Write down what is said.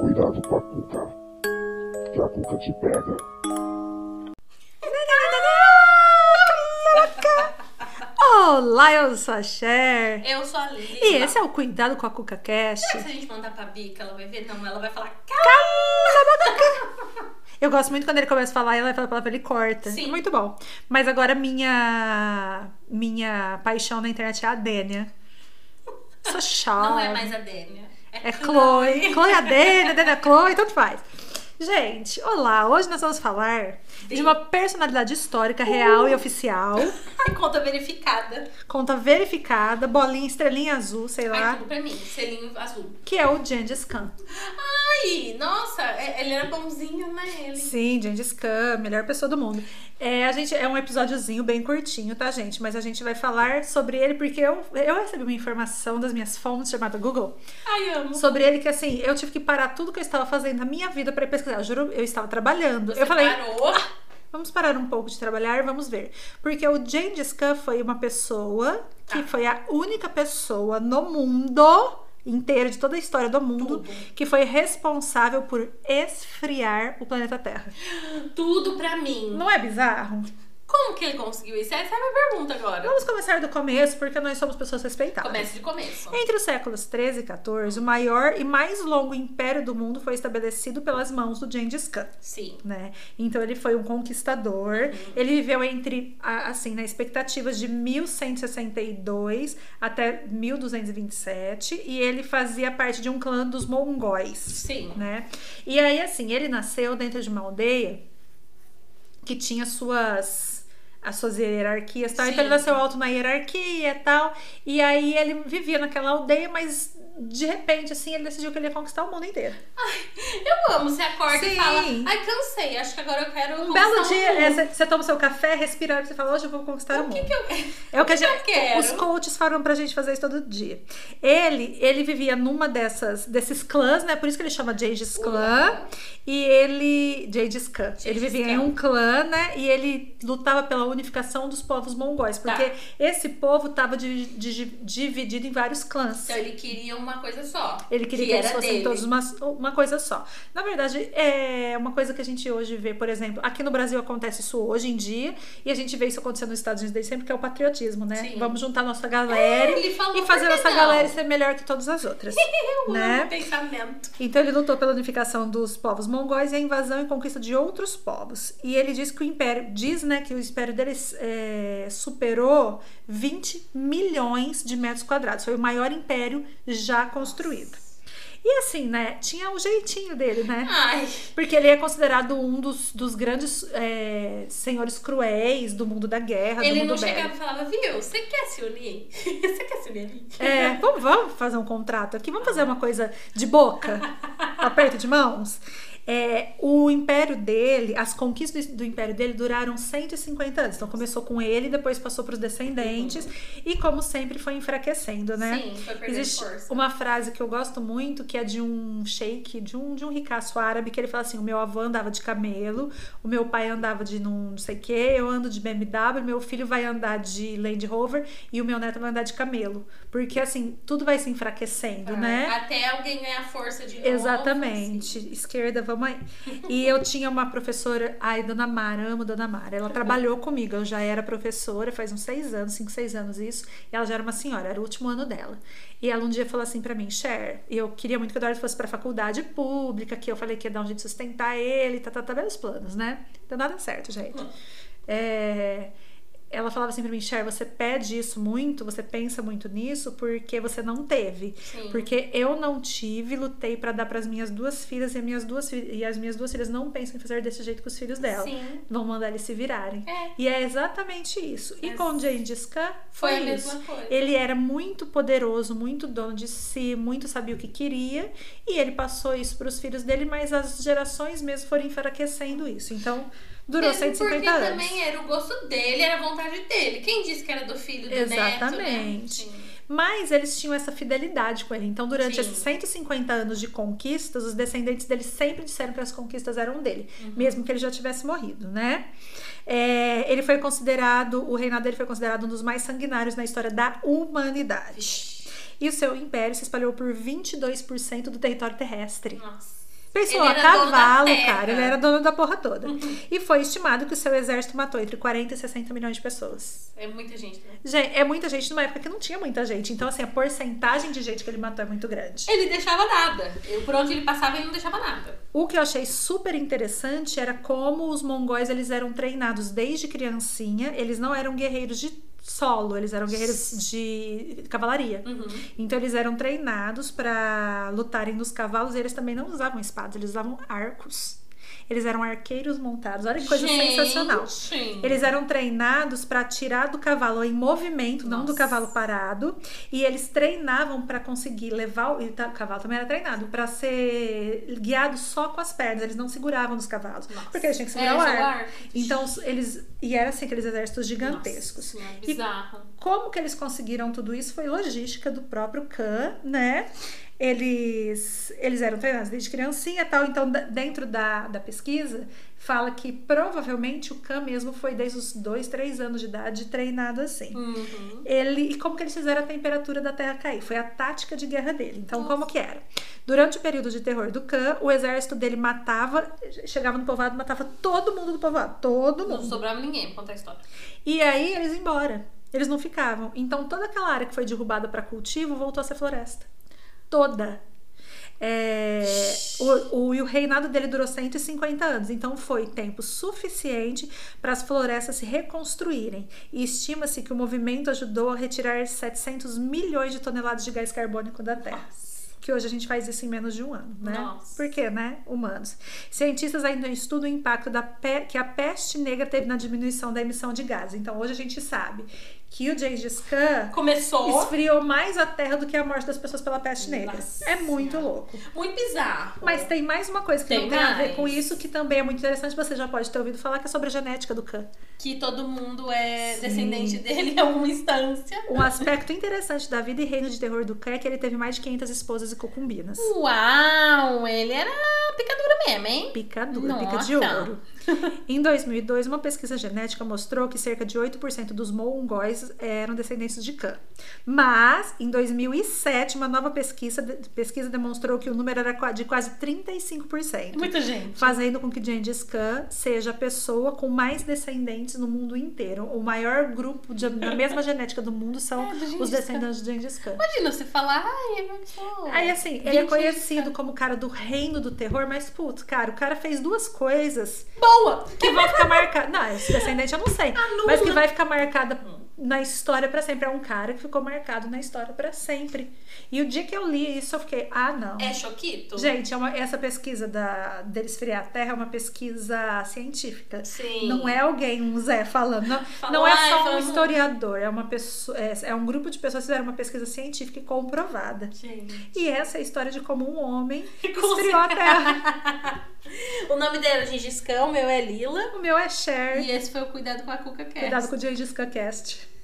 cuidado com a cuca, que a cuca te pega. Olá, eu sou a Cher. Eu sou a Lila. E esse é o Cuidado com a Cuca Cast. Será que se a gente mandar pra Bica, ela vai ver? Não, ela vai falar. Eu gosto muito quando ele começa a falar e ela fala a palavra, ele corta. Sim. Muito bom. Mas agora minha minha paixão na internet é a Dênia. Sou chata. Não é mais a Dênia. É Chloe. Chloe é a Dênia, a Dênia é a Chloe, tanto faz. Gente, olá. Hoje nós vamos falar de Sim. uma personalidade histórica, real e oficial. Ai, conta verificada. Conta verificada, bolinha, estrelinha azul, sei Ai, lá. tudo pra mim. Selinho azul. Que é o Gengis Khan. Ai, nossa, é- ele era bonzinho, né? Ele. Sim, Gengis Khan, melhor pessoa do mundo. É, a gente, é um episódiozinho bem curtinho, tá, gente? Mas a gente vai falar sobre ele, porque eu, eu recebi uma informação das minhas fontes, chamada Google, Ai, amo. sobre ele que, assim, eu tive que parar tudo que eu estava fazendo na minha vida pra ir pesquisar. Eu juro, eu estava trabalhando. Você eu falei, Parou. vamos parar um pouco de trabalhar, vamos ver. Porque o Gengis Khan foi uma pessoa que foi a única pessoa no mundo inteiro, de toda a história do mundo, Tudo. que foi responsável por esfriar o planeta Terra. Tudo pra mim. Não é bizarro? Como que ele conseguiu isso? Essa é a minha pergunta agora. Vamos começar do começo, porque nós somos pessoas respeitadas. Começa de começo. Entre os séculos 13 e 14, o maior e mais longo império do mundo foi estabelecido pelas mãos do Gengis Khan. Sim. Né? Então ele foi um conquistador. Ele viveu entre a- assim, na expectativa de 1162 até 1227 e ele fazia parte de um clã dos mongóis Sim. né? E aí, assim, ele nasceu dentro de uma aldeia que tinha suas as suas hierarquias e tal. Então Sim. ele nasceu alto na hierarquia e tal. E aí ele vivia naquela aldeia, mas de repente, assim, ele decidiu que ele ia conquistar o mundo inteiro. Eu amo. Você acorda Sim. e fala. Ai, cansei. Acho que agora eu quero. Um belo conquistar dia, mundo." é, você toma seu café, respira, você fala, hoje eu vou conquistar o, O mundo. que que eu. É o que a que eu gente, quero? os coaches falam pra gente fazer isso todo dia. Ele, ele vivia numa dessas desses clãs, né? Por isso que ele chama Gengis Clã. Ula. E ele, Gengis Khan, ele Gengis vivia Khan. em um clã, né? E ele lutava pela unificação dos povos mongóis, porque Tá. esse povo tava di- di- dividido em vários clãs. Então ele queria uma coisa só. Ele queria que, que eles era fossem dele. todos uma, uma coisa só. Na verdade, é uma coisa que a gente hoje vê, por exemplo, aqui no Brasil acontece isso hoje em dia, e a gente vê isso acontecendo nos Estados Unidos desde sempre, que é o patriotismo, né? Sim. Vamos juntar nossa galera Ele falou, e fazer "Por que nossa não?" galera ser melhor que todas as outras. Eu né? amo pensamento. Então ele lutou pela unificação dos povos mongóis e a invasão e conquista de outros povos. E ele diz que o império diz, né, que o império deles é, superou 20 milhões de metros quadrados. Foi o maior império já construído. E assim, né, tinha o jeitinho dele, né? Ai, Porque ele é considerado um dos, dos grandes é, senhores cruéis do mundo da guerra, do ele mundo não bélico. chegava e falava, viu, você quer se unir? Você quer se unir a mim? É, vamos, vamos fazer um contrato aqui, vamos fazer uma coisa de boca, aperto de mãos. É, o império dele, as conquistas do império dele duraram 150 anos. Então começou com ele, depois passou para os descendentes e, como sempre, foi enfraquecendo, né? Sim, foi perdendo Existe força. uma frase que eu gosto muito, que é de um sheik, de um, de um ricaço árabe, que ele fala assim: o meu avô andava de camelo, o meu pai andava de num não sei o que, eu ando de BMW, meu filho vai andar de Land Rover e o meu neto vai andar de camelo. Porque assim, tudo vai se enfraquecendo, Ai, né? Até alguém ganhar força de novo. assim. Exatamente. Esquerda, vamos aí. E eu tinha uma professora, ai, Dona Mara, amo Dona Mara. Ela trabalhou comigo, eu já era professora faz uns seis anos, cinco, seis anos isso. E ela já era uma senhora, era o último ano dela. E ela um dia falou assim pra mim, Cher, eu queria muito que o Eduardo fosse pra faculdade pública, que eu falei que ia dar um jeito de sustentar ele, tá, tá, tá, meus planos, né? Deu nada certo, gente. É, Ela falava assim pra mim, Cher, você pede isso muito, você pensa muito nisso, porque você não teve. assim. Sim. Porque eu não tive, lutei pra dar pras minhas duas filhas e, as minhas duas fi- e as minhas duas filhas não pensam em fazer desse jeito com os filhos dela. Sim. Vão mandar eles se virarem. É. E é exatamente isso. E Mas- com Gengis Khan foi, Foi a isso. mesma coisa. Ele era muito poderoso, muito dono de si, muito sabia o que queria e ele passou isso pros filhos dele, mas as gerações mesmo foram enfraquecendo isso. Então, durou Mesmo 150 porque anos. também era o gosto dele, era a vontade dele. Quem disse que era do filho do né? Exatamente. neto? Exatamente. Mas eles tinham essa fidelidade com ele. Então, durante Sim. esses 150 anos de conquistas, os descendentes dele sempre disseram que as conquistas eram dele, Uhum. mesmo que ele já tivesse morrido, né? É, ele foi considerado, o reinado dele foi considerado um dos mais sanguinários na história da humanidade. E o seu império se espalhou por 22% do território terrestre. Nossa. Pensou, Ele a era dono da cavalo, terra. Uhum. cara. Ele era dono da porra toda. e foi estimado que o seu exército matou entre 40 e 60 milhões de pessoas. É muita gente, né? Gente, é muita gente numa época que não tinha muita gente. Então, assim, a porcentagem de gente que ele matou é muito grande. Ele deixava nada. Eu, por onde ele passava, ele não deixava nada. O que eu achei super interessante era como os mongóis eles eram treinados desde criancinha. Eles não eram guerreiros de solo, eles eram guerreiros de cavalaria. Uhum. Então eles eram treinados para lutarem nos cavalos e eles também não usavam espadas, eles usavam arcos. Eles eram arqueiros montados. Olha que coisa sensacional. Gente. Eles eram treinados para atirar do cavalo em movimento, não do Nossa. cavalo parado. E eles treinavam para conseguir levar. o- E tá- o cavalo também era treinado para ser guiado só com as pernas. Eles não seguravam nos cavalos. Nossa. Porque eles tinham que É, segurar o jogar ar. arco. Então os- eles. E era assim, aqueles exércitos Nossa gigantescos. Senhora, E bizarro. Como que eles conseguiram tudo isso foi logística do próprio Khan, né? Eles, eles eram treinados desde criancinha e tal, então da- dentro da, da pesquisa fala que provavelmente o Khan mesmo foi desde os dois, três anos de idade treinado assim. Uhum. Ele, e como que eles fizeram a temperatura da Terra cair? Foi a tática de guerra dele. Então, Nossa. como que era? Durante o período de terror do Khan, o exército dele matava, chegava no povoado, matava todo mundo do povoado, todo Não mundo. sobrava ninguém pra contar a história. E aí eles iam embora. Eles não ficavam. Então toda aquela área que foi derrubada para cultivo voltou a ser floresta. Toda. É, o, o- e o reinado dele durou 150 anos, então foi tempo suficiente para as florestas se reconstruírem. E estima-se que o movimento ajudou a retirar 700 milhões de toneladas de gás carbônico da Terra. Que hoje a gente faz isso em menos de um ano, né? Nossa. Por quê, né? Humanos. Cientistas ainda estudam o impacto da pe- que a peste negra teve na diminuição da emissão de gases. Então hoje a gente sabe que o Gengis Khan Começou. esfriou mais a terra do que a morte das pessoas pela peste negra. Nossa É muito Senhora. louco. Muito bizarro. Mas tem mais uma coisa que Tem não tem a ver mais. com isso, que também é muito interessante, você já pode ter ouvido falar, que é sobre a genética do Khan. Que todo mundo é Sim. descendente dele, é uma instância. Um aspecto interessante da vida e reino de terror do Khan é que ele teve mais de 500 esposas e concubinas. Uau, ele era picadura mesmo, hein? Picadura, pica de Nossa. ouro. em 2002, uma pesquisa genética mostrou que cerca de 8% dos mongóis eram descendentes de Khan. Mas, em 2007, uma nova pesquisa, pesquisa demonstrou que o número era qua- de quase 35%. Muita gente. Fazendo com que Gengis Khan seja a pessoa com mais descendentes no mundo inteiro. O maior grupo de- da mesma genética do mundo são É, do Gengis os descendentes de Gengis Khan. Imagina você falar, ai, é eu não sou. Aí, assim, ele é Gengis conhecido como o cara do reino do terror, mas, putz, cara, o cara fez duas coisas Boa! que vai ficar marcada. Não, esse descendente eu não sei. Anula. Mas que vai ficar marcada na história pra sempre. É um cara que ficou marcado na história pra sempre. E o dia que eu li isso, eu fiquei, ah, não. É choquito? Gente, é uma- essa pesquisa da, deles friar a terra é uma pesquisa científica. Sim. Não é alguém, um Zé, falando. Não, Falou, não é "Ai, só um vamos." historiador, é, uma pessoa, é, é um grupo de pessoas que fizeram uma pesquisa científica e comprovada. Gente. E essa é a história de como um homem esfriou a terra. o nome dele é Gengis Khan, o meu é Lila. O meu é Cher. E esse foi o Cuidado com a Cuca Cat. Cuidado com o Gengis Khan Cast.